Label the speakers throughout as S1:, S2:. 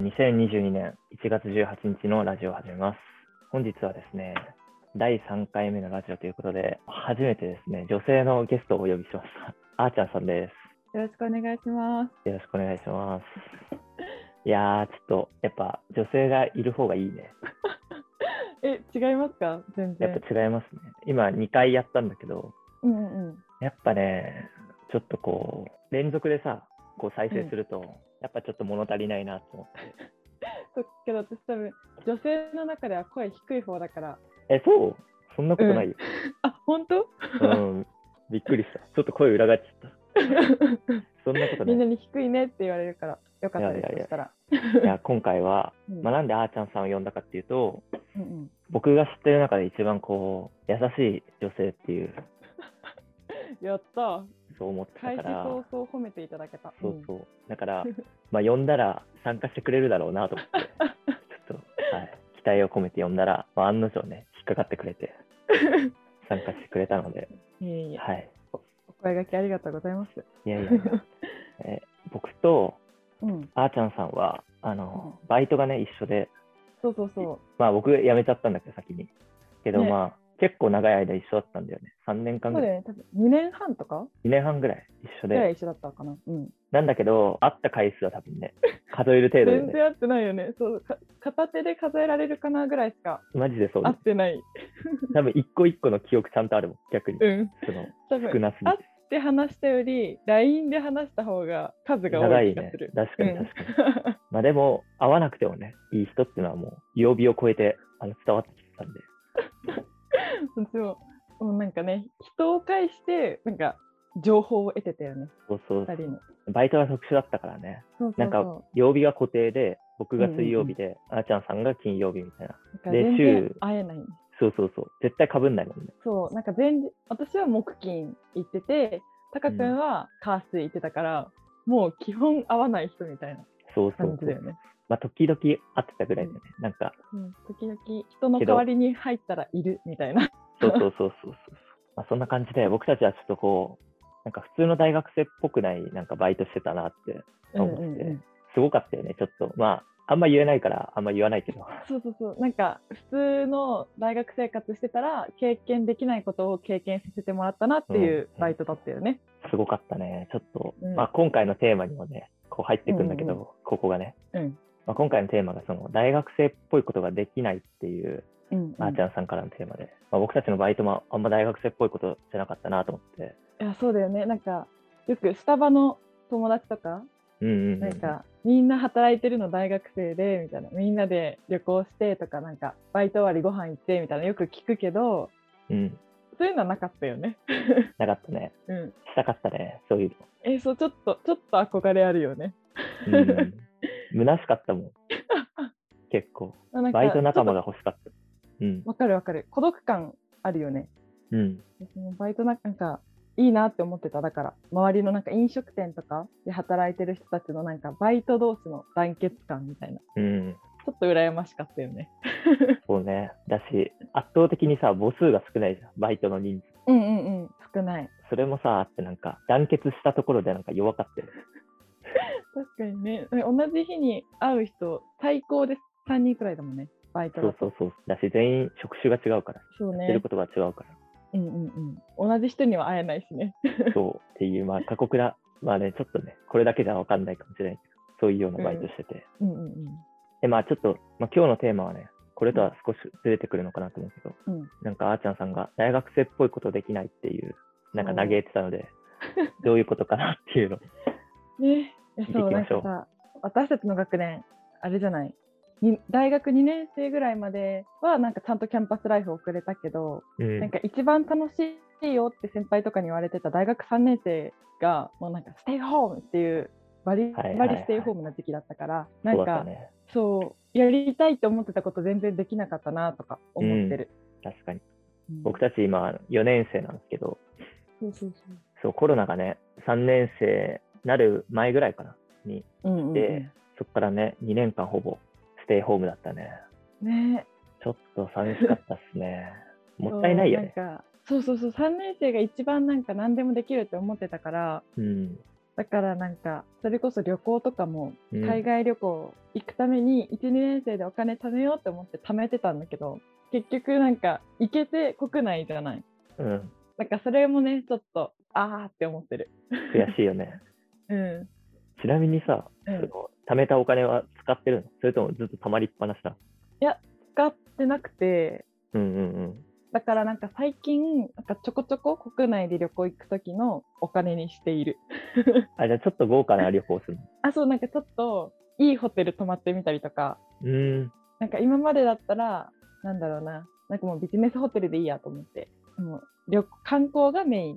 S1: 2022年1月18日のラジオを始めます。本日はですね、第3回目のラジオということで、初めてですね、女性のゲストをお呼びしました。あーちゃんさんで
S2: よろしくお願いします。
S1: す。よろしくお願いします。いやー、ちょっと、やっぱ女性がいる方がいいね。
S2: え、違いますか全
S1: や
S2: 然。
S1: っぱ違いますね。今2回やったんだけど、
S2: うんうんうん。
S1: やっぱね、ちょっとこう、連続でさ、こう再生すると、やっぱちょっと物足りないなと思って。
S2: そうけど私多分、女性の中では声低い方だから。
S1: え、そうそんなことないよ。
S2: あ、本当
S1: うん、びっくりした。ちょっと声裏返っちゃった。そんなこと
S2: みん
S1: な。
S2: ないに低いねって言われるから、よかった
S1: い
S2: で
S1: やいや
S2: す。
S1: いや
S2: そしたら。
S1: いや今回は、
S2: うん
S1: まあ、なんであーちゃんさんを呼んだかっていうと、
S2: うんうん
S1: 僕が知ってる中で一番こう優しい女性っていう、
S2: やった
S1: そう思ってた
S2: 開
S1: か
S2: 始
S1: ら、
S2: 早々褒めていただけた。
S1: そうそう。だから、まあ、呼んだら参加してくれるだろうなと思って、ちょっと、はい、期待を込めて呼んだら、まあ、案の定ね、引っかかってくれて、参加してくれたので、
S2: うん。いえいえ、
S1: はい。
S2: お声掛けありがとうございます。
S1: いやいやいやえ僕と
S2: うん。
S1: あーちゃんさんは、あの、バイトがね、一緒で、
S2: そうそうそ
S1: まあ僕辞めちゃったんだけど先に。けど
S2: ね
S1: まあ、結構長い間一緒だったんだよね。3年
S2: う。
S1: 間
S2: そ
S1: ぐ
S2: うだ
S1: らい、
S2: よね。多分2年半とか
S1: 2年半ぐらい一緒
S2: ぐらい
S1: で。
S2: 一緒だったかな。うん。
S1: なんだけど、会った回数は多分ね、数える程度
S2: 全
S1: で、ね、
S2: 然合ってないよね。そうか。片手で数えられるかなぐらいしか
S1: マジでそう
S2: 合
S1: で
S2: ってない。
S1: す。多分一個一個の記憶ちゃんとあるもん、逆に。
S2: うん。
S1: その
S2: 多分
S1: 少なすぎ
S2: あ
S1: て。
S2: って話したより LINE で話した方が数が
S1: 長
S2: 多い
S1: い
S2: 気が
S1: ね
S2: する。。
S1: 確かに確かに。
S2: うん、
S1: まあでも、会わなくてもね、いい人っていうのはもう、曜日を超えてあの伝わってきてたんで。
S2: そうもうなんかね人を介してなんか情報を得てたよね
S1: そうそう
S2: 2。人の。
S1: バイトが特殊だったからね、
S2: そうそうそう
S1: なんか曜日が固定で、僕が水曜日で、あーちゃんさんが金曜日みたいな。
S2: なんか
S1: で
S2: 全
S1: 週
S2: 然会えない。
S1: そうそうそう。絶対被んないもんね。
S2: そうなんか全然私は木金行っててタカ君は火水行ってたから、もう基本会わない人みたいな
S1: そうそう
S2: 感じだよね。
S1: まあ、時々会ってたぐらいでね、なんか、
S2: うん、時々人の
S1: け
S2: 代
S1: ど
S2: わりに入ったらいるみたいな。
S1: そうそうそうそうそう。 まあ、そんな感じで、僕たちはちょっとこう、なんか普通の大学生っぽくない、なんかバイトしてたなって、思って
S2: うんうんうん
S1: すごかったよね、ちょっと。まあ、あんま言えないから、あんま言わないけど。
S2: そうそうそうなんか普通の大学生活してたら経験できないことを経験させてもらったなっていう
S1: うん
S2: バイトだったよね。
S1: すごかったね。ちょっと、
S2: うん
S1: まあ、今回のテーマにもね、こう入ってくんだけど、
S2: うん
S1: ここがね。
S2: うん
S1: まあ、今回のテーマが、その、大学生っぽいことができないっていう、
S2: うんうん
S1: あーちゃんさんからのテーマで、まあ、僕たちのバイトもあんま大学生っぽいことじゃなかったなと思って。
S2: いやそうだよねなんかよくスタバの友達とか
S1: うんうん、うん。
S2: なんかみんな働いてるの大学生でみたいなみんなで旅行してとかなんかバイト終わりご飯行ってみたいなよく聞くけど
S1: うん。
S2: そういうのはなかったよね。
S1: なかったね。
S2: うん、
S1: したかったね、そういう
S2: えそうちょっとちょっと憧れあるよね。
S1: の。うん。虚しかったもん。結構。
S2: なんか
S1: バイト仲間
S2: ちょっ
S1: が欲しかった。うん
S2: と。わかるわかる孤独感あるよね。
S1: うん。
S2: 私もバイトなんかなんかいいなって思ってただから周りのなんか飲食店とかで働いてる人たちのなんかバイト同士の団結感みたいなち
S1: うん。
S2: ょっと羨ましかったよね
S1: そうね。だし、圧倒的にさ、母数が少ないじゃん。バイトの人数。
S2: うんうんうん少ない
S1: それもさ、あってなんか、団結したところでなんか弱かったよね。
S2: 確かにね同じ日に会う人最高で3人くらいだもんねバイト
S1: そ
S2: だ
S1: う
S2: と
S1: そうそう。だし、全員職種が違うから。
S2: そう
S1: やってる
S2: ね
S1: ことが違うから。
S2: うんうんうん同じ人には会えないしね
S1: そうっていう、まあ、過酷な、 まあね、ちょっとね、これだけじゃ分かんないかもしれないけど、そういうようなバイトしてて。
S2: うんうんうん
S1: で、まあ、ちょっと、まあ、今日のテーマはね、これとは少しずれてくるのかなと思うけど、
S2: うん
S1: なんか、あーちゃんさんが大学生っぽいことできないっていう、なんか嘆いてたの で、どういうことかなっていうの。
S2: ねい
S1: 見
S2: や
S1: てい
S2: そう
S1: きま
S2: なん
S1: しょ
S2: か
S1: う
S2: さ私たちの学年あれじゃないに大学2年生ぐらいまではなんかちゃんとキャンパスライフ送れたけど、
S1: うん
S2: なんか一番楽しいよって先輩とかに言われてた大学3年生がもうなんかステイホームっていうバリ
S1: はいはい
S2: バリステイホームな時期だったから、
S1: そうだ
S2: な
S1: った
S2: んか
S1: ね。
S2: そうやりたいと思ってたこと全然できなかったなとか思ってる、
S1: 確かに。
S2: うん
S1: 僕たち今、4年生なんですけど、
S2: そうそうそう
S1: そう、コロナがね、3年生なる前ぐらいかな、に、
S2: うんうんうん
S1: でそこからね、2年間ほぼステイホームだったね。
S2: ね
S1: ちょっと寂しかったっす ね。もったいないよね。
S2: そうなんかそうそうそう3年生が一番なんか何でもできるって思ってたから
S1: うん。
S2: だからなんかそれこそ旅行とかも
S1: うん
S2: 海外旅行行くために12年生でお金貯めようって思って貯めてたんだけど結局なんか行けて国内じゃない
S1: うん、
S2: なんかそれもねちょっとあーって思ってる
S1: 悔しいよね。
S2: うん、
S1: ちなみにさ、
S2: うん
S1: その貯めたお金は使ってるのそれともずっと貯まりっぱなしだ
S2: 使ってなくて
S1: うんうん
S2: だからなんか最近なんかちょこちょこ国内で旅行行く時のお金にしている
S1: うん。あ、じゃあちょっと豪華な旅行するの。
S2: あそうなんかちょっといいホテル泊まってみたりとか
S1: うーん。
S2: なんか今までだったらなんだろうななんかもうビジネスホテルでいいやと思ってもう旅観光がメイン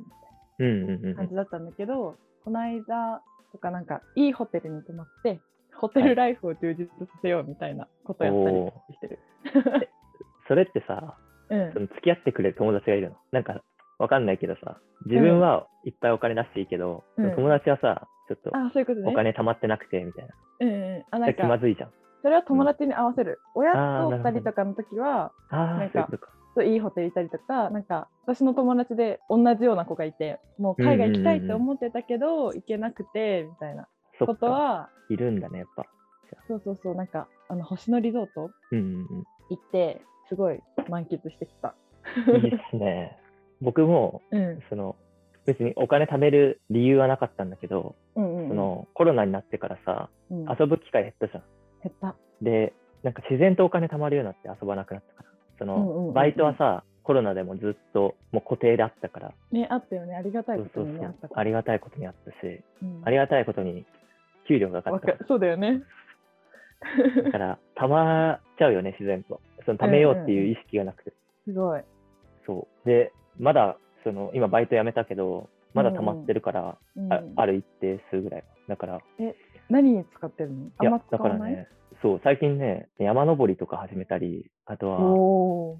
S1: うんうんうん
S2: 感じだったんだけど、この間とかなんかいいホテルに泊まってホテルライフを充実させようみたいなことやったり
S1: おー
S2: してる。
S1: それってさ、
S2: うん
S1: その付き合ってくれる友達がいるの。なんか、わかんないけどさ、自分はいっぱいお金出していいけど、
S2: うん
S1: その友達はさ、ちょっと
S2: あそういうことね。
S1: お金貯まってなくてみたいな。
S2: うんうん、あな
S1: じゃ
S2: ん
S1: あ気ま
S2: か
S1: ずいじゃん。
S2: それは友達に合わせる、親
S1: あー
S2: と
S1: なるほど
S2: 2人とかの時は
S1: あ
S2: な
S1: あ
S2: ん、か
S1: そういうことか。
S2: そういいホテル行ったりとかなんか私の友達で同じような子がいてもう海外行きたいって思ってたけど、行けなくてみたいな
S1: そ
S2: こ
S1: っ
S2: と
S1: か。
S2: はい
S1: るんだね、やっぱ。
S2: そうそうそうなんかあの星野リゾート
S1: うんうん
S2: 行ってすごい満喫してきた。
S1: うん。いいっすね。僕も、
S2: うん
S1: その、別にお金貯める理由はなかったんだけど、
S2: うんうんうん
S1: そのコロナになってからさ、
S2: うん、減
S1: 遊ぶ機会減ったじゃん。
S2: った。
S1: で、なんか自然とお金貯まるようになって遊ばなくなったから。その、
S2: うんうんうんうん
S1: バイトはさ、コロナでもずっともう固定であったから、
S2: ね、あったよね。ありがたいことにね、あったから。
S1: ありがたいことにあったし、
S2: うん
S1: ありがたいことに給料が上が
S2: わ
S1: っ
S2: か
S1: た
S2: そうだよね。
S1: だから、貯まっちゃうよね、自然と。その貯めようっていう意識がなくて。
S2: すごい。
S1: そう。で、まだ、その、今バイト辞めたけど、まだ貯まってるから、
S2: うん
S1: あある一定数ぐらいは。だから、
S2: 何に使ってるのあ
S1: いや
S2: んま使
S1: だか
S2: わ
S1: ら
S2: ない、
S1: ね、そう、最近ね、山登りとか始めたり、あとは、
S2: おお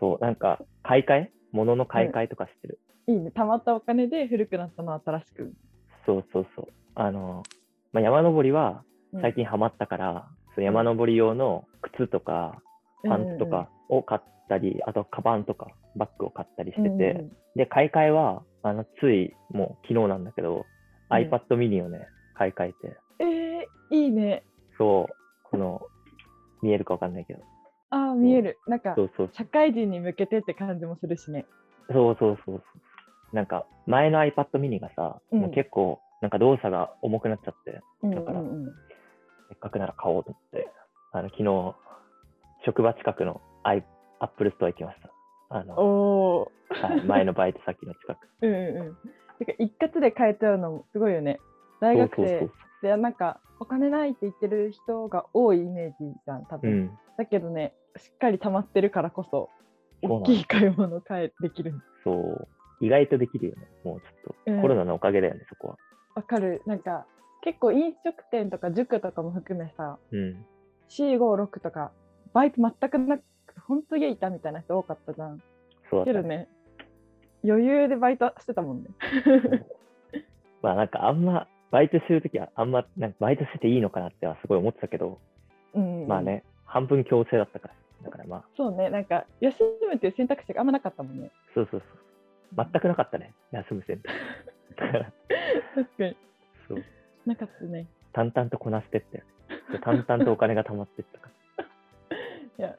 S1: そう、なんか、買い替え物の買い替えとかしてる。
S2: ー。いいね。たまったお金で古くなったのを新しく。
S1: そうそうそう。あの、まあ、山登りは
S2: うん
S1: 最近ハマったから、その山登り用の靴とか、パンツとかを買ったり、あと、カバンとか、バッグを買ったりし
S2: うん
S1: て
S2: うんうん、
S1: て、で、買い替えは、あの、つい、もう昨日なんだけど、
S2: うん
S1: iPad mini をね、買い替えて、
S2: えー、いいね。
S1: そう、この、見えるかわかんないけど、
S2: あー見える。なんか
S1: そうそう
S2: 社会人に向けてって感じもするしね。
S1: そうそうそうそう。なんか、前の iPad mini がさ、
S2: うん
S1: もう結構、なんか動作が重くなっちゃって、
S2: うん
S1: だから
S2: うんうん
S1: せっかくなら買おうと思って、あの昨日、職場近くのアイアップルストア行きました。あの、は
S2: おお。
S1: い、前のバイト先の近く。
S2: うんうんうん。てか一括で買えちゃうのもすごいよね。 大学
S1: そうそう
S2: 生でなんかお金ないって言ってる人が多いイメージじゃん、多
S1: そう。う
S2: 分。
S1: ん。
S2: だけどね、しっかり溜まってるからこそ、
S1: そうな
S2: 大
S1: の
S2: きい買い物買えできる。
S1: そう。意外とできるよね。もうちょっと、
S2: うん
S1: コロナのおかげだよね、そこは。
S2: わかる。なんか、結構飲食店とか塾とかも含めさ、
S1: うん。
S2: 456とか、バイト全くなくて、ほんと家いたみたいな人多かったじゃん。
S1: そうだ
S2: け
S1: った
S2: どね、余裕でバイトしてたもんね。
S1: まあなんかあんま、バイトしてるときはあんま、なんかバイトしてていいのかなってはすごい思ってたけど、
S2: うん、
S1: まあ。ね、半分強制だったから。だからまあ、
S2: そうね、なんか、休むっていう選択肢があんまなかったもんね。
S1: そうそうそう。全くなかったね、休む選択。
S2: 確かに。
S1: そう。
S2: なかったね。
S1: 淡々とこなしてって、で淡々とお金が貯まってった から。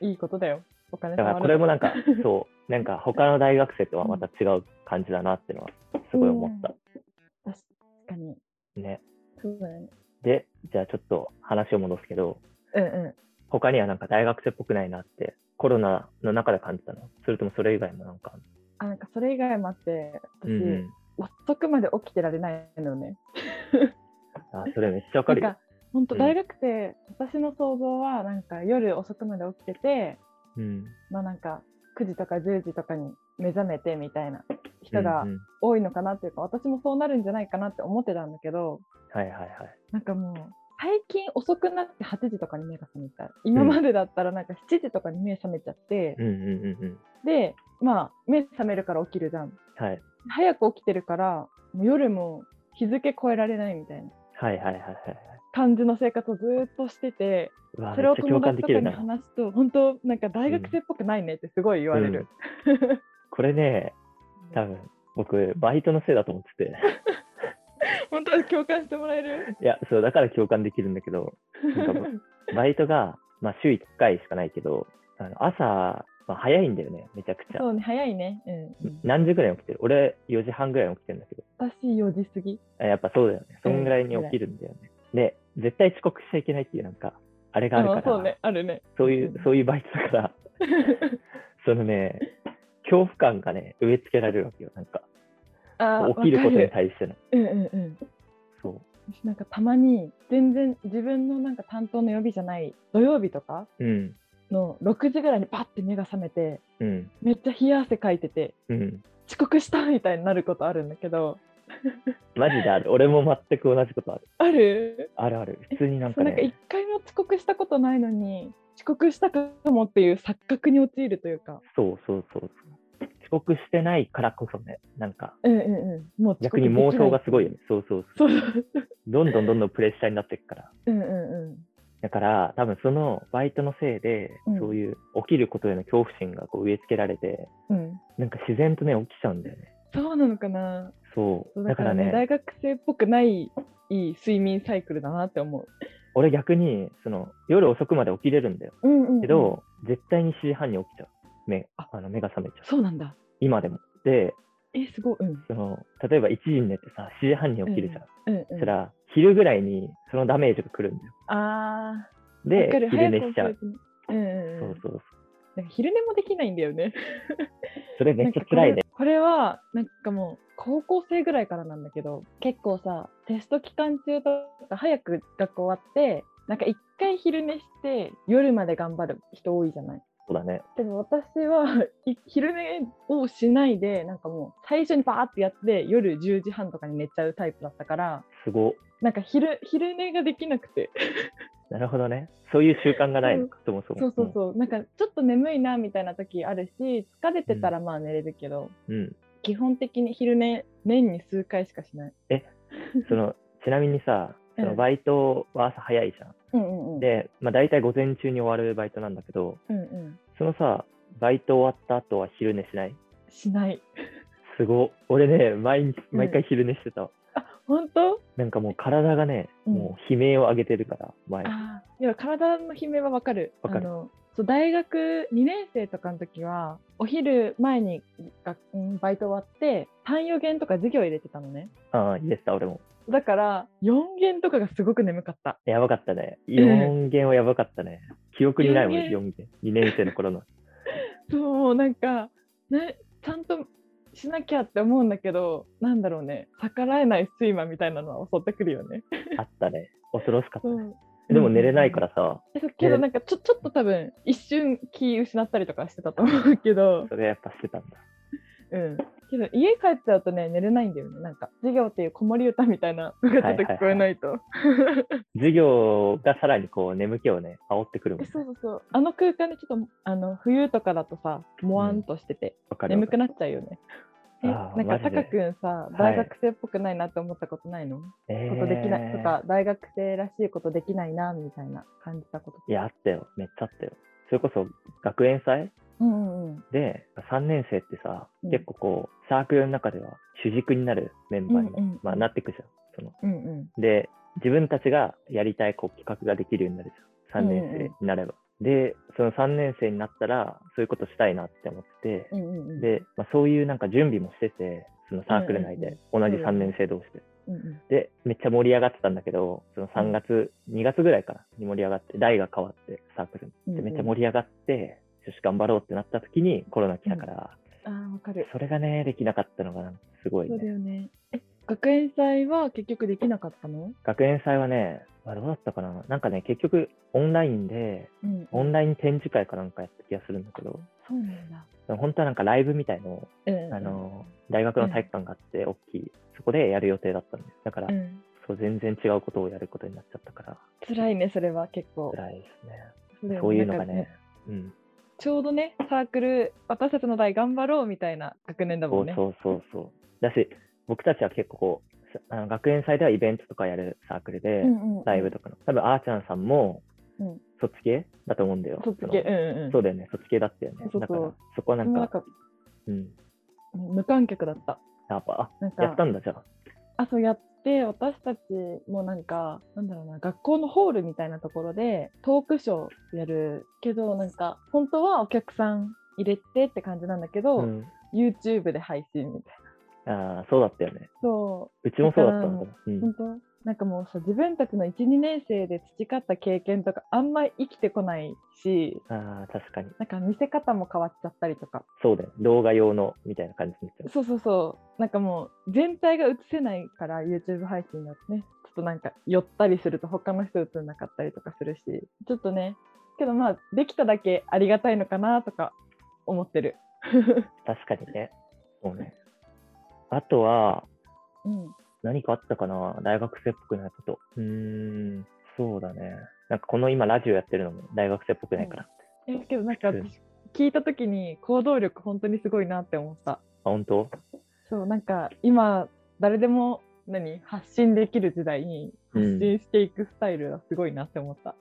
S2: いいことだよ。お金
S1: だからこれもなん か、そう、なんか他の大学生とはまた違う感じだなってのは、すごい思った。
S2: 確かに。
S1: ね。
S2: そうだね。
S1: で、じゃあちょっと話を戻すけど、
S2: うんうん。
S1: 他にはなんか大学生っぽくないなって、コロナの中で感じたのそれともそれ以外もなんかある
S2: あ、なんかそれ以外もあって、私、
S1: の、うんうん、
S2: 遅くまで起きてられないのね。
S1: あ、それめっちゃわかる
S2: なん
S1: よ。
S2: か本当
S1: うん
S2: 大学生、私の想像はなんか夜遅くまで起きてて、
S1: うん。
S2: まあなんか9時とか10時とかに目覚めてみたいな人が
S1: うんうん
S2: 多いのかなっていうか、私もそうなるんじゃないかなって思ってたんだけど、
S1: はいはいはい。
S2: なんかもう最近遅くなって8時とかに目が覚めた。今までだったらなんか7時とかに目覚めちゃって
S1: う、んうんうんうん。
S2: で、まあ目覚めるから起きるじゃん。
S1: はい。
S2: 早く起きてるから、もう夜も日付超えられないみたいな。
S1: はいはいはいはい。
S2: 感じの生活をずーっとしてて、
S1: うわ
S2: それ
S1: め
S2: を
S1: っちゃ共
S2: 友
S1: 感で
S2: 達と
S1: き
S2: か
S1: る
S2: に
S1: な。
S2: 話すと、本当、なんか大学生っぽくないねってすごい言われる。
S1: これね、多分僕、バイトのせいだと思ってて。
S2: 本当は共感してもらえる。
S1: いや、そう、だから共感できるんだけど、なんかもバイトが、まあ、週1回しかないけど、あの朝、まあ、早いんだよね、めちゃくちゃ
S2: そ。うね、早いね。うん、うん。
S1: 何時ぐらいに起きてる俺、4時半ぐらいに起きてるんだけど、
S2: 私4時過ぎ。
S1: あやっぱそうだよね。そんぐらいに起きるんだよね。で、絶対遅刻しちゃいけないっていう、なんか、あれがあるか
S2: あ
S1: ら、
S2: そうね、あるね。
S1: そういう、そういうバイトだ から、そのね、恐怖感がね、植え付けられるわけよ。なんか、
S2: あー
S1: 起きることに
S2: わか
S1: 対しての。
S2: うんうんうん。
S1: そう。
S2: 私なんかたまに全然自分のなんか担当の曜日じゃない土曜日とか
S1: うん、
S2: の6時ぐらいにパッて目が覚めて
S1: うん、
S2: めっちゃ冷や汗かいてて
S1: うん。
S2: 遅刻したみたいになることあるんだけど
S1: マジである。俺も全く同じことある。
S2: ある
S1: あるある。普通になん
S2: そ
S1: か
S2: うなんか
S1: ね
S2: 一、回も遅刻したことないのに遅刻したかもっていう錯覚に陥るというか
S1: そうそうそうそう。遅刻してないからこそね、なんか、
S2: うんうんうんもう遅
S1: 逆
S2: 刻
S1: に妄想がすごいよ
S2: で
S1: ね。そうそうそう。
S2: きないそうそう
S1: どんどんどんどんプレッシャーになっていくから。
S2: うんうんうん
S1: だから、多分そのバイトのせいで、
S2: うん
S1: そういう起きることへの恐怖心がこう植え付けられて、
S2: うん
S1: なんか自然とね、起きちゃうんだよね。
S2: そうなのかな
S1: そ
S2: そう
S1: う。
S2: だ
S1: だ
S2: か
S1: からら
S2: ね
S1: ね、
S2: 大学生っぽくないいい睡眠サイクルだなって思う
S1: 俺逆に、その、夜遅くまで起きれるんだよ。
S2: うんうんうん
S1: けど、絶対に7時半に起きちゃう。目、
S2: あ
S1: あの目が覚めちゃう。
S2: そうなんだ
S1: 今でも。で、
S2: えすごいうん
S1: その、例えば1時に寝てさ、7時半に起きるじゃん。
S2: うんうん
S1: そしたら、昼ぐらいにそのダメージが来るんだよ。
S2: あーわか
S1: で
S2: る、
S1: 昼寝しちゃ
S2: 早
S1: う。
S2: く起きないとねうんうん
S1: そううんそうそう。
S2: なんか昼寝もできないんだよね
S1: それめっちゃ辛いね。
S2: これはなんかもう高校生ぐらいからなんだけど結構さテスト期間中とか早く学校終わってなんか一回昼寝して夜まで頑張る人多いじゃない
S1: そうだね。
S2: でも私はい昼寝をしないでなんかもう最初にバーってやって夜10時半とかに寝ちゃうタイプだったから
S1: すご。
S2: なんか昼昼寝ができなくて
S1: なるほどね。そういう習慣がないのか、そもそも。
S2: そうそうそう、なんかちょっと眠いなみたいな時あるし疲れてたらまあ寝れるけど、
S1: うん。うん。
S2: 基本的に昼寝年に数回しかしない。
S1: その、ちなみにさ、そ
S2: うん
S1: のバイトは朝早いじゃん。
S2: うんうんうん、
S1: で、まあ大体午前中に終わるバイトなんだけど、
S2: うんうん、
S1: そのさ、バイト終わった後は昼寝しない
S2: しない。
S1: すご。俺ね、毎日、
S2: うん
S1: 毎回昼寝してた。
S2: 本当
S1: なんかもう体がね、
S2: うん
S1: もう悲鳴を上げてるから、前。
S2: ああ、いや体の悲鳴はわかる。
S1: わかる
S2: あのそう大学2年生とかの時はお昼前にがうんバイト終わって単4弦とか授業入れてたのね。
S1: ああ、入れてた、俺も。
S2: だから4弦とかがすごく眠かった。
S1: やばかったね。
S2: ん
S1: 4弦はやばかったね。記憶にないもん、4
S2: 4
S1: 弦。2年生の頃 の。
S2: そうなんかねちゃんとしなきゃって思うんだけどなんだろうね逆らえない睡魔みたいなのは襲ってくるよね。
S1: あったね。恐ろしかったね。
S2: う
S1: でも寝れないからさ、
S2: えそうけど
S1: ね
S2: なんかちょちょっと多分一瞬気失ったりとかしてたと思うけど、
S1: それやっぱしてたんだ。
S2: うん、けど家帰っちゃうとね寝れないんだよねなんか授業っていう子守歌みたいなのがちょっと聞こえないと、
S1: 授業がさらにこう眠気をね、煽ってくるもん
S2: え
S1: ね。
S2: そうそうそうあの空間でちょっとあの冬とかだとさもわんとしてて、
S1: わかるわ
S2: 眠
S1: か
S2: く
S1: る。
S2: なっちゃうよねえ
S1: あー
S2: なん
S1: マ
S2: か
S1: ジで
S2: タカ君さ
S1: い
S2: 大学生っぽくないなって思ったことないの、
S1: え
S2: ことできないとか大学生らしいことできないなみたいな感じたこと
S1: いや、あったよ。めっちゃあったよ。それこそ学園祭
S2: うんうんうん
S1: で、3年生ってさ、
S2: うん
S1: 結構こう、サークルの中では主軸になるメンバーに、
S2: うんうん
S1: まあ、なってくじゃん。その
S2: うんうん
S1: で、自分たちがやりたいこう企画ができるようになるじゃん。3
S2: うんうん
S1: 年
S2: う
S1: 生になれば。で、その3年生になったら、そういうことしたいなって思って
S2: う、んうんうん
S1: で、まあ、そういうなんか準備もしてて、そのサークル内で、同
S2: んうん
S1: じ3年生同士で。
S2: うんうん
S1: で、めっちゃ盛り上がってたんだけど、その3月、2月ぐらいからに盛り上がって、代が変わって、サークル
S2: うんう
S1: で、
S2: ん
S1: めっちゃ盛り上がって、よし、頑張ろうってなった時にコロナ来たから、
S2: あーわかる
S1: それがね、できなかったのが、なんかすごい
S2: そうだ
S1: ね。
S2: よね。え、学園祭は結局できなかったの？
S1: 学園祭はね、あどうだったかななんかね、結局、オンラインで、
S2: うん
S1: オンライン展示会かなんかやった気がするんだけど、
S2: そうなんだ。
S1: 本当はなんかライブみたいのを、
S2: うん
S1: あの、大学の体育館があって、大きい、そこでやる予定だったんです。だから、
S2: うん、
S1: そう、全然違うことをやることになっちゃったから、
S2: 辛いねそれは結構。
S1: 辛いですね。
S2: そだよね
S1: そういうのが
S2: なん
S1: ねう
S2: か、
S1: ん、
S2: ちょうどねサークル私たちの代頑張ろうみたいな学年だ
S1: そ
S2: もん
S1: う
S2: ね。
S1: そうそうそう。だし、僕たちは結構こう、さあの学園祭ではイベントとかやるサークルで、
S2: んうん
S1: ライブとかの、多分あーちゃんさんも、
S2: うん
S1: そっち系だと思うんだよ。
S2: そっち系
S1: その
S2: うんうん。
S1: そうだよね、そっち系だったよね。
S2: そうそう
S1: だから、そこはな
S2: なんん
S1: か、
S2: か
S1: うん、
S2: 無観客だった。
S1: やっぱ、
S2: なん
S1: あやっ
S2: か
S1: たんだじゃあ。
S2: あそうやっで私たちもなんかなんだろうな学校のホールみたいなところでトークショーやるけどなんか本当はお客さん入れてって感じなんだけど、
S1: うん
S2: YouTube で配信みたいな
S1: ああ、そうだったよね。
S2: そう
S1: ちもそうだったんだ
S2: だ
S1: な。うん
S2: 本当なんかもうさ自分たちの12年生で培った経験とかあんまり生きてこないし
S1: ああ、確かに。
S2: なんか見せ方も変わっちゃったりとか
S1: そうだよ。動画用のみたいな感じになっちゃう。
S2: そうそうそうなんかもう全体が映せないから YouTube 配信だとねちょっとなんか寄ったりすると他の人映んなかったりとかするしちょっとねけどまあできただけありがたいのかなとか思ってる。
S1: 確かにね。そうね。あとは、
S2: うん、
S1: 何かあったかな大学生っぽくないこと。うーん、そうだね。なんかこの今ラジオやってるのも大学生っぽくないから。
S2: えけどなんか
S1: うん
S2: 私聞いた時に行動力本当にすごいなって思った。
S1: あ、本当
S2: そうなんか今誰でも何発信できる時代に発信していくスタイルはすごいなって思った。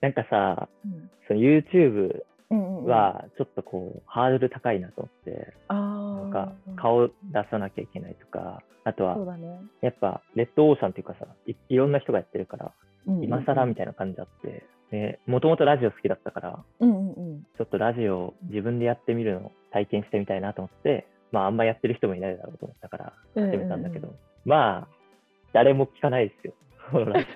S1: なんかさ、
S2: うん
S1: その YouTube
S2: うんうん
S1: はちょっとこう、ハードル高いなと思って、
S2: あ
S1: なん
S2: ー
S1: か顔出さなきゃいけないとか、あとは
S2: そうだね、
S1: やっぱレッドオーシャンっていうかさ、いいろんな人がやってるから、
S2: うんうんうん
S1: 今更みたいな感じあって、で、もともとラジオ好きだったから、
S2: うんうんうん
S1: ちょっとラジオ自分でやってみるのを体験してみたいなと思って、まああんまやってる人もいないだろうと思ったから
S2: うんうんうん
S1: 始めたんだけど、まあ誰も聞かないですよ。 このラジ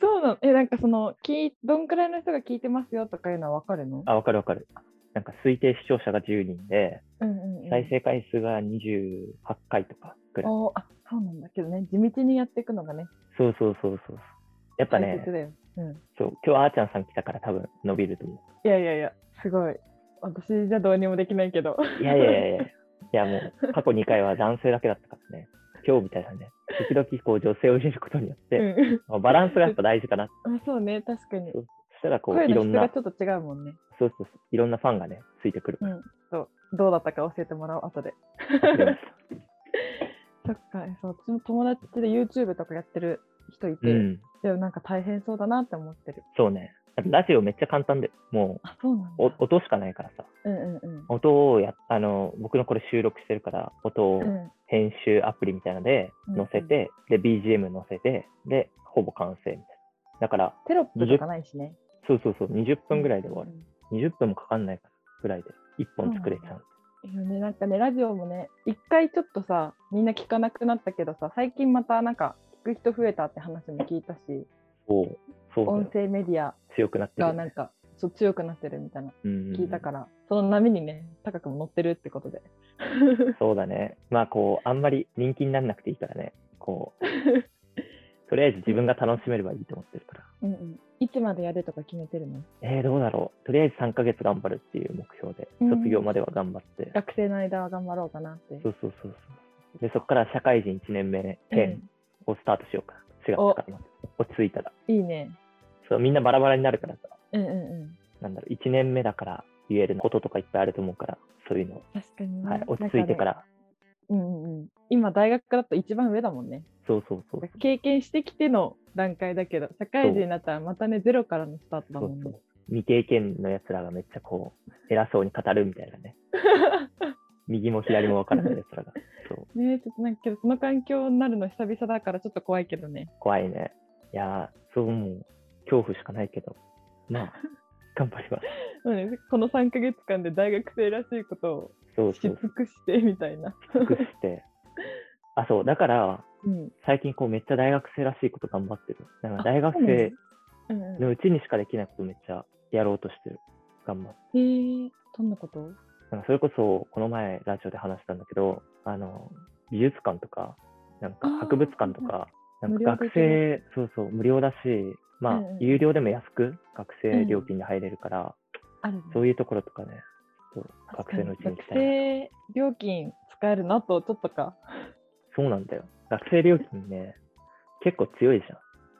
S2: そうなのえなんかその聞いどんくらいの人が聞いてますよとかいうのは分かるの
S1: オあ、わかるわかる。なんか推定視聴者が10人で、
S2: うんうんうん、
S1: 再生回数が28回とかくらい。
S2: おーあそうなんだけどね地道にやっていくのがね
S1: そうそうそうそう。やっぱ
S2: 大切
S1: ね、
S2: だよ、うん、
S1: そう今日あーちゃんさん来たから多分伸びると思
S2: いやいやいやすごい私じゃどうにもできないけど
S1: う。いやいやいやいや。いやもう過去2回は男性だけだったからね。今日みたいなね、時々こう女性を入れることによって、
S2: うん
S1: まあバランスがやっぱ大事かな。
S2: あそうね確かに
S1: そうそしたらこう
S2: 声
S1: いろ
S2: の
S1: ん
S2: 質
S1: な
S2: がちょっと違うもんね
S1: そうそうそういろんなファンがね、ついてくる
S2: う。ん、そうどうだったか教えてもらおう後で。
S1: わか りました
S2: そっかそう私も友達で YouTube とかやってる人いて、
S1: うん、
S2: でもなんか大変そうだなって思ってる。
S1: そうね。あとラジオめっちゃ簡単で、も
S2: あそうなんだ。
S1: うお音しかないからさ、
S2: うんうん
S1: 音をやあの僕のこれ収録してるから、音を
S2: うん。うん
S1: 編集アプリみたいなので
S2: うん
S1: 載せて、で BGM 載せて、でほぼ完成みたいな。だから
S2: テロップとかないしね。
S1: そうそうそう20
S2: 1
S1: 分ぐらいで終わる。20分もかかんないぐらいで1本作れちゃう。
S2: いいよね、なんかねラジオもね一回ちょっとさみんな聞かなくなったけどさ最近またなんか聞く人増えたって話も聞いたし
S1: そうそうだ
S2: 音
S1: よ
S2: 声メディア
S1: 強くなってる
S2: が
S1: よ
S2: な
S1: ね。
S2: んかそう強くなってるみたいな聞
S1: 聞
S2: いたから、その波にね高くも乗ってるってことで
S1: そうだね。まあこう、あんまり人気にならなくていいからね。こ う、とりあえず自分が楽しめればいいと思ってるから。
S2: うん、うん、いつまでやるとか決めてるの
S1: えー、どうだろう。とりあえず3ヶ月頑張るっていう目標で、
S2: うん
S1: 卒業までは頑張って。
S2: 学生の間は頑張ろうかなって。
S1: そうそうそうそう。で、そこから社会人1年目
S2: う
S1: 編
S2: ん
S1: をスタートしようかな。4月からまで落ち着いたら。
S2: いいね。
S1: そう、みんなバラバラになるからさ。
S2: うんうんうん。
S1: なんだろう、1年目だから言えることとかいっぱいあると思うから、そういうのを。
S2: 確かに、ね。
S1: はい、落ち着いてからら。
S2: うんうんうん。今大学だと一番上だもんね。
S1: そうそうそう。
S2: 経験してきての段階だけど、社会人になったらまたねゼロからのスタートだ
S1: そ
S2: も
S1: うんそ
S2: ね
S1: う。未経験のやつらがめっちゃこう偉そうに語るみたいなね右も左も分からないやつらがそう
S2: ねえちょっとなんかけどその環境になるの久々だからちょっと怖いけどね。
S1: 怖いねいやーそうもう恐怖しかないけどまあ頑張ります
S2: そうねこの3ヶ月間で大学生らしいことを
S1: そう
S2: し
S1: そ
S2: 尽
S1: う
S2: くしてみたいな。
S1: 尽くしてあそうだから
S2: うん。
S1: 最近こうめっちゃ大学生らしいこと頑張ってるなんか
S2: あ
S1: 大学
S2: そうなんだ
S1: 生
S2: うんうん。
S1: のうちにしかできないことめっちゃやろうとしてる頑張って
S2: えー、どんなこと
S1: なんかそれこそこの前ラジオで話したんだけどあの美術館とかなんか
S2: あー
S1: 博物館とかな
S2: う
S1: ん
S2: うん
S1: んか学生そうそう無料だしまあ、
S2: うんうん
S1: 有料でも安く学生
S2: うん
S1: 料金で入れるから、
S2: あるの
S1: そういうところとかねちょっと
S2: 確
S1: 学
S2: か
S1: 生
S2: に
S1: のうちに行き
S2: 学
S1: たいな
S2: 生料金使えるなとちょっとか
S1: そうなんだよ学生料金ね結構強いじ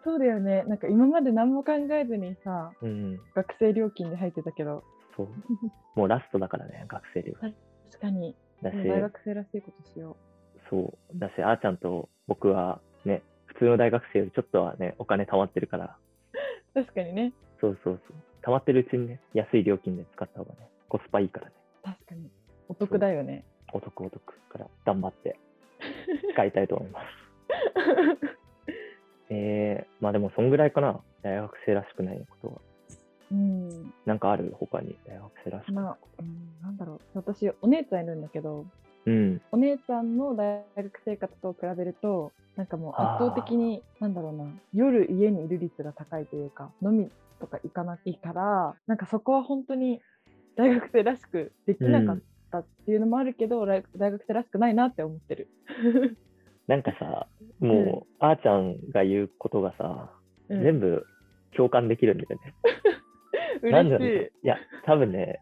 S2: そうだよねなんか今まで何も考えずにさ
S1: ゃんうん
S2: 学生料金で入ってたけど
S1: そうもうラストだからね学生料金
S2: 確かに
S1: だし
S2: もう大学生らしいことしよ
S1: そうだしあーちゃんと僕はね普通の大学生よりちょっとはねお金貯まってるから
S2: う確かにね
S1: そうそうそう。溜まってるうちにね、安い料金で使った方がね、コスパいいからね、
S2: 確かにお得だよね
S1: お得お得から頑張って使いたいと思います。えー、まあでもそんぐらいかな。大学生らしくないことは。
S2: うん
S1: なんかある他に大学生らしく。
S2: まあ、うん、なんだろう私お姉ちゃんいるんだけど
S1: うん。
S2: お姉ちゃんの大学生活と比べるとなんかもう圧倒的になんだろうな夜家にいる率が高いというか飲みとか行かないからなんかそこは本当に大学生らしくできなかったっていうのもあるけど、大大学生らしくないなって思ってる。
S1: なんかさ、もう、あーちゃんが言うことがさ、
S2: うん
S1: 全部共感できるんだよね。なんでなんだ
S2: 嬉し
S1: ろ。
S2: いう
S1: いや、多分ね、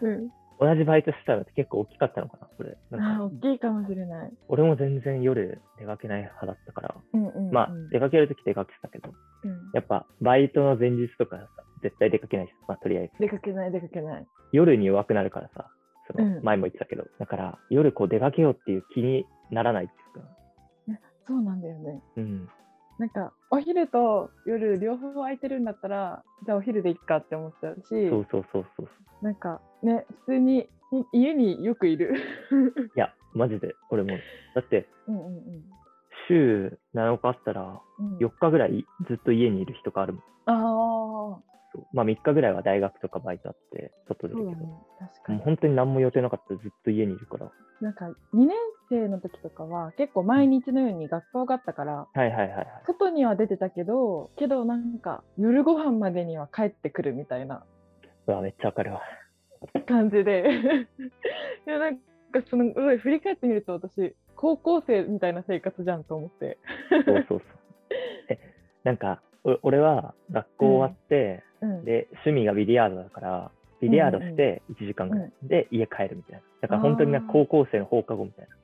S2: うん、
S1: 同じバイトしてたのって結構大きかったのかな、これ。なん
S2: あー
S1: か
S2: 大きいかもしれない。
S1: 俺も全然夜出かけない派だったから、
S2: うんうんうん
S1: まあ、出かけるとき出かけてたけど、
S2: うん
S1: やっぱバイトの前日とかさ、絶対出かけないし、まあ、とりあえず。
S2: 出かけない出かけない。
S1: 夜に弱くなるからさ、その
S2: うん
S1: 前も言ってたけど、だから夜こう出かけようっていう気にならないっていうか、
S2: そうなんだよね。
S1: うん、
S2: なんかお昼と夜両方空いてるんだったらじゃあお昼でいっかって思っちゃうし
S1: そうそうそうそう。
S2: なんかね普通にい家によくいる
S1: いや、マジで、俺も。だって、
S2: うんうん
S1: 週7日あったら、
S2: うん、うん
S1: 4日ぐらいずっと家にいる人があるもん。
S2: ああ
S1: そうまあ、3日ぐらいは大学とかバイトあって、外出
S2: そう
S1: るけ
S2: だ
S1: ど、
S2: ね
S1: も
S2: 確か
S1: う
S2: に
S1: 本当に何も予定なかったらずっと家にいるから。
S2: なんか2年生の時とかは結構毎日のように学校があったから
S1: はいはいはいはい。
S2: 外には出てたけどけどなんか夜ご飯までには帰ってくるみたいな
S1: うわ、めっちゃわかるわ。
S2: 感じで いやなんかそのうわ振り返ってみると私高校生みたいな生活じゃんと思って
S1: そう そうそう。え、なんか、お俺は学校終わって、
S2: うん
S1: で、趣味がビリヤードだから、ビリヤードして1時間ぐらい、で、家帰るみたいな。だから本当になんか
S2: あー
S1: 高校生の放課後みたいな。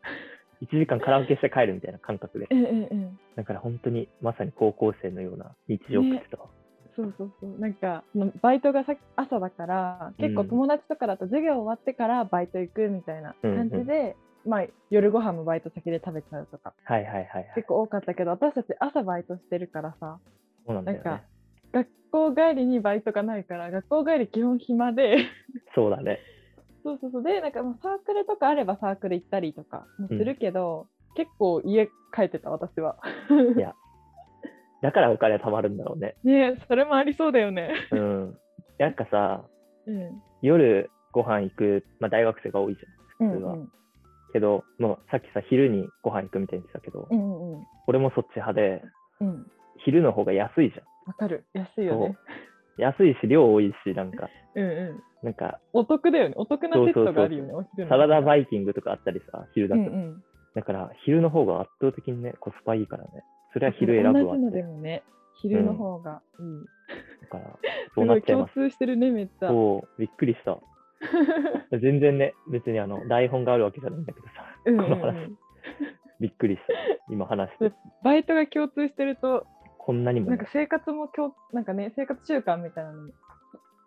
S1: 1時間カラオケして帰るみたいな感覚で。
S2: ええええ
S1: だから本当にまさに高校生のような日常を送ってたわ、
S2: そうそうそうなんかそのバイトがさ朝だから結
S1: う
S2: 構
S1: ん
S2: 友達とかだと授業終わってからバイト行くみたいな感じで、
S1: うん
S2: まあ、夜ご飯もバイト先で食べちゃうとか
S1: はいはいはいはい。
S2: 結構多かったけど私たち朝バイトしてるからさ
S1: そうなんだよ
S2: なん
S1: ね
S2: か。学校帰りにバイトがないから学校帰り基本暇で
S1: そうだね。
S2: そうそうそうでなんかまあサークルとかあればサークル行ったりとかもするけど、結構家帰ってた私は
S1: だからお金貯まるんだろうね。
S2: ねえそれもありそうだよね、
S1: うん。なんかさ、
S2: うん、
S1: 夜ご飯行く、まあ、大学生が多いじゃん。
S2: う
S1: それは
S2: ん
S1: けど、もうさっきさ、昼にご飯行くみたいに言ってたけど、
S2: うんうんうん
S1: 俺もそっち派で、
S2: うん
S1: 昼の方が安いじ
S2: わかる安い
S1: ゃん。
S2: よね
S1: そう安いし、量多いし、なんか、
S2: うんうん
S1: なんか、
S2: お得だよね。お得なセットがあるよね。お昼の
S1: サラダバイキングとかあったりさ、昼だ
S2: う
S1: と。
S2: んうん。
S1: だから、昼の方が圧倒的にね、コスパいいからね。それは昼選ぶわ
S2: 同
S1: っ
S2: じの
S1: て
S2: で。もね、昼の方がいい。
S1: だから、
S2: す
S1: そうなっ
S2: ごい
S1: ちゃい
S2: 共
S1: ます。
S2: 通してるね、めっちゃ。
S1: そう、びっくりした。 全然ね、別にあの台本があるわけじゃないんだけどさ、
S2: うんうん
S1: この
S2: う
S1: 話
S2: ん、
S1: びっくりした。今話して、
S2: バイトが共通してると、
S1: こんなにも
S2: なん
S1: ね
S2: か、生活も共、なんかね、生活習慣みたいなのに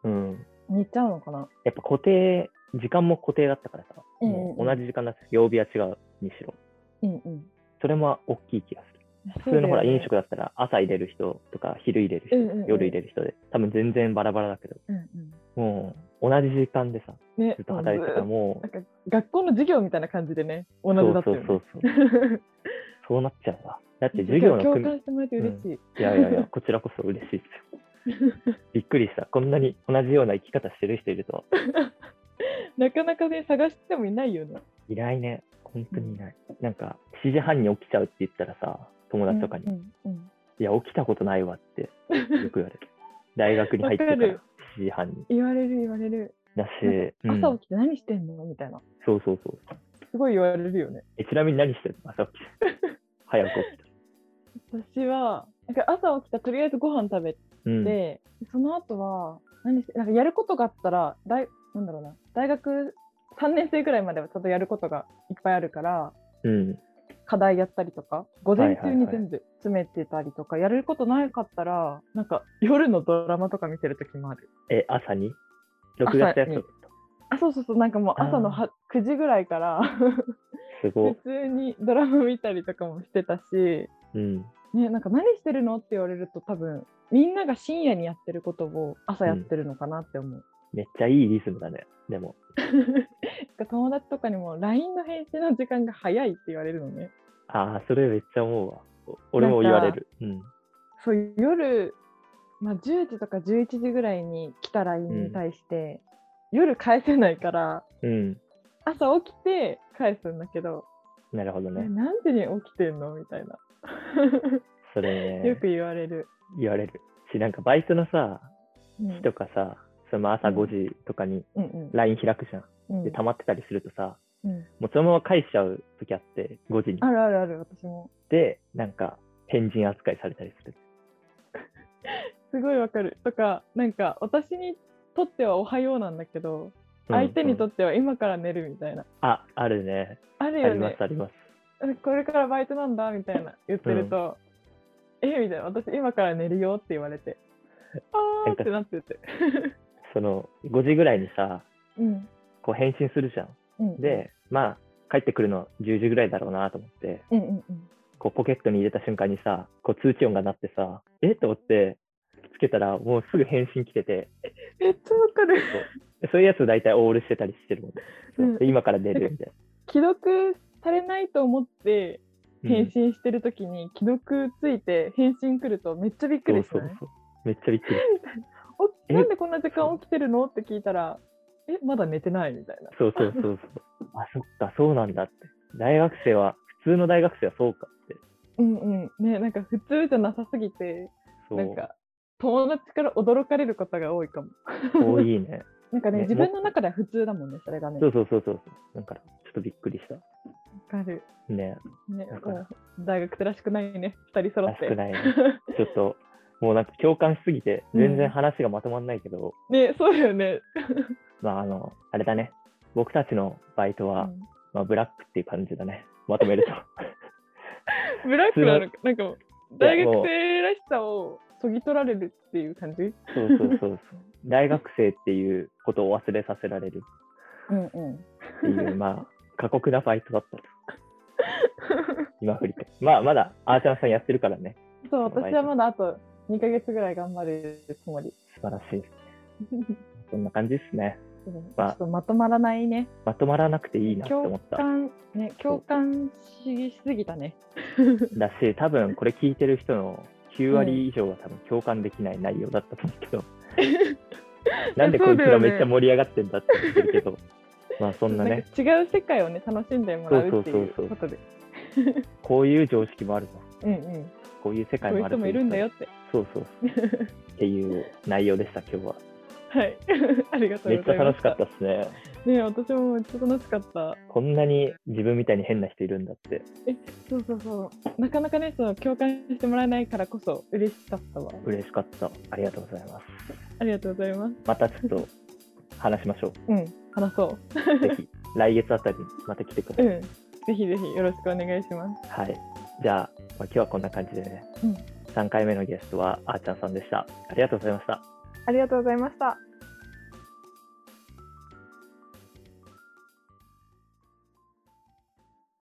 S1: うん。
S2: 似ちゃうのかな。
S1: やっぱ固定、時間も固定だったからさ、
S2: うん
S1: もう
S2: うん
S1: 同じ時間だった曜日は違うにしろ。
S2: うんうん。
S1: それも大きい気がする。普
S2: そ
S1: 通
S2: うだよね
S1: のほら、飲食だったら朝入れる人とか、昼入れる人、
S2: うんうんうん
S1: 夜入れる人で、多分全然バラバラだけど、
S2: うんうん。
S1: もう同じ時間でさ、
S2: ね、
S1: ずっと働いてたら
S2: も
S1: も
S2: うずーっとなんか学校の授業みたいな感じでね、同
S1: う、
S2: じだ
S1: そう
S2: った
S1: そう
S2: よね。
S1: そうそう、 そうなっちゃうわ。だって授業
S2: 授業
S1: の
S2: 共
S1: 組み
S2: 感してもらえて嬉しい。
S1: いやいやいや、こちらこそ嬉しいですよ。びっくりした。こんなに同じような生き方してる人いるとは。
S2: なかなかね、探してもいないよね。
S1: いないね。本当にいない。なんか、7時半に起きちゃうって言ったらさ、友達とかに、
S2: うんうんうん
S1: いや、起きたことないわってよく言われる。 大学に入ってから
S2: わかる
S1: 7時半に。
S2: 言われる言われる。
S1: だし、うん
S2: 朝起きて何してんのみたいな。
S1: そうそうそう。
S2: すごい言われるよね。
S1: え、ちなみに何してるの朝 起きて。早く起きた。
S2: 私は、なんか朝起きたらとりあえずご飯食べて、
S1: うん。
S2: その後は、何して、なんかやることがあったら、大、なんだろうな、大学3年生ぐらいまではちょっとやることがいっぱいあるから、
S1: うん。
S2: 課題やったりとか、午前中
S1: はいはい
S2: に
S1: はい
S2: 全部詰めてたりとか、やれることなかったら、なんか夜のドラマとか見てる時もある。
S1: え、朝に録画したやつだった
S2: あ、そうそうそう、なんかもう朝のは9時ぐらいから、
S1: すご
S2: 普
S1: い。
S2: 通にドラマ見たりとかもしてたし、
S1: うん。
S2: ね、なんか何してるのって言われると多分みんなが深夜にやってることを朝やってるのかなって思う。
S1: めっちゃいいリズムだね。でも。
S2: 友達とかにも LINE の返信の時間が早いって言われるのね。
S1: ああ、それめっちゃ思うわ。お俺も言われる。うん。
S2: そう夜、まあ、10時とか11時ぐらいに来た LINE に対して、夜返せないから
S1: うん。
S2: 朝起きて返すんだけど、
S1: なるほど
S2: え
S1: ね。
S2: 何時に起きてんのみたいな
S1: それ、
S2: よく言われる。
S1: 言われる。し、なんかバイトのさ、
S2: うん
S1: 日とかさ、その朝5時とかに
S2: うん
S1: LINE 開くじゃん。
S2: うん
S1: で、溜まってたりするとさ、
S2: うんうん
S1: もうそのまま返しちゃう時あって、5時に
S2: あ。るあるある私も
S1: で、なんか、変人扱いされたりする。
S2: すごいわかるとかなんか私にとってはおはようなんだけど、
S1: うん
S2: 相手にと
S1: うん
S2: っては今から寝るみたいな
S1: あ、あるね。
S2: ある
S1: あ
S2: よ
S1: りま
S2: ね
S1: す、あります。
S2: これからバイトなんだみたいな言ってると、えみたいな私今から寝るよって言われてあーってなってて、
S1: その、5時ぐらいにさ、
S2: うん
S1: こう返信するじゃん。
S2: うん、
S1: で、まあ、帰ってくるの10時ぐらいだろうなと思って、
S2: うんうんうん
S1: こうポケットに入れた瞬間にさ、こう通知音が鳴ってさ、えと思って、つけたらもうすぐ返信来てて、
S2: めっちゃわかる
S1: でそういうやつ大体オールしてたりしてるもんね。そう
S2: うん
S1: で今から出るみたい
S2: 既読されないと思って
S1: な。うん
S2: 返信してる時に既読ついて返信来るとめっちゃびっくりし
S1: そう
S2: な
S1: そう
S2: い
S1: そう。めっちゃびっくりし
S2: お
S1: え
S2: なんでこんな時間起きてるのって聞いたらえまだ寝てないみたいな
S1: た。そうそうそうそう。あ、そっか、そうなんだって。大学生は、普通の大学生はそうかって。
S2: うんうんねなんか普通じゃなさすぎて
S1: そう。
S2: なんか友達から驚かれることが多いかも
S1: 多いね。
S2: なんかね
S1: ね
S2: 自分の中では普通だもんね、それがね。
S1: そ
S2: わ
S1: うそうそうそう。だから、ちょっとびっくりした。
S2: かる。
S1: ね。
S2: ね、
S1: だから
S2: もう大学生らしくないね、二人揃
S1: ら
S2: っ。
S1: してくないね。ちょっと、もうなんか共感しすぎて、全然話がまとまんないけど、
S2: ね、そうだよね。
S1: まあ、あの、あれだね。僕たちのバイトは、
S2: うん
S1: まあ、ブラックっていう感じだね。まとめると。
S2: ブラックなのか、なんかもう大
S1: も
S2: 学
S1: う
S2: 生らしさをそぎ取られるっていう感じ。
S1: そうそうそうそう。 大学生っていうことを忘れさせられる
S2: うんうん。
S1: って いう、まあ、過酷なバイトだったと。今振り返ってまあ、まだ、アーチャーさんやってるからね。
S2: そう、私はまだあと2ヶ月ぐらい頑張るつもり。
S1: 素晴らしい。そんな感じですね。
S2: でもちょ
S1: まあ
S2: っとまとまらないね。
S1: まとまらなくていいなって思
S2: 共
S1: った。
S2: 感、ね、共感しすぎたね。
S1: だし、多分これ聞いてる人の9割以上は多分共感できない内容だったと思うけ ど、なんでこいつらめっちゃ盛り上がってんだって言ってるけど、まあそんな
S2: なん
S1: ね、
S2: か違う世界をね、楽しんでもらうっていう
S1: そうそうそうそう
S2: ことで。
S1: こういう常識もあると、
S2: うんうん。
S1: こういう世
S2: こ
S1: 界
S2: うい
S1: も
S2: う
S1: あると
S2: 人もいるんだよって。
S1: そうそうそう。っていう内容でした、今日は。
S2: はい、 ありがと
S1: め
S2: う
S1: っ
S2: ご
S1: ちゃ
S2: ざいま
S1: 楽
S2: す。
S1: しかったですね。
S2: た。ねえ、私もめっちゃ楽しかった。
S1: こんなに自分みたいに変な人いるんだって。
S2: そうそうそう。なかなかね、その共感してもらえないからこそ嬉しかったわ。
S1: 嬉しかった。ありがとうございます。
S2: ありがとうございます。
S1: またちょっと話しましょ。
S2: うん、話そう
S1: ぜひ、来月あたりにまた来てくだ
S2: う。
S1: さ
S2: う
S1: い。
S2: ん、ぜひぜひよろしくお願いします。
S1: はい。じゃあ、まあ、今日はこんな感じでね、
S2: うん
S1: 3回目のゲストはあーちゃんさんでした。ありがとうございました。
S2: ありがとうございました。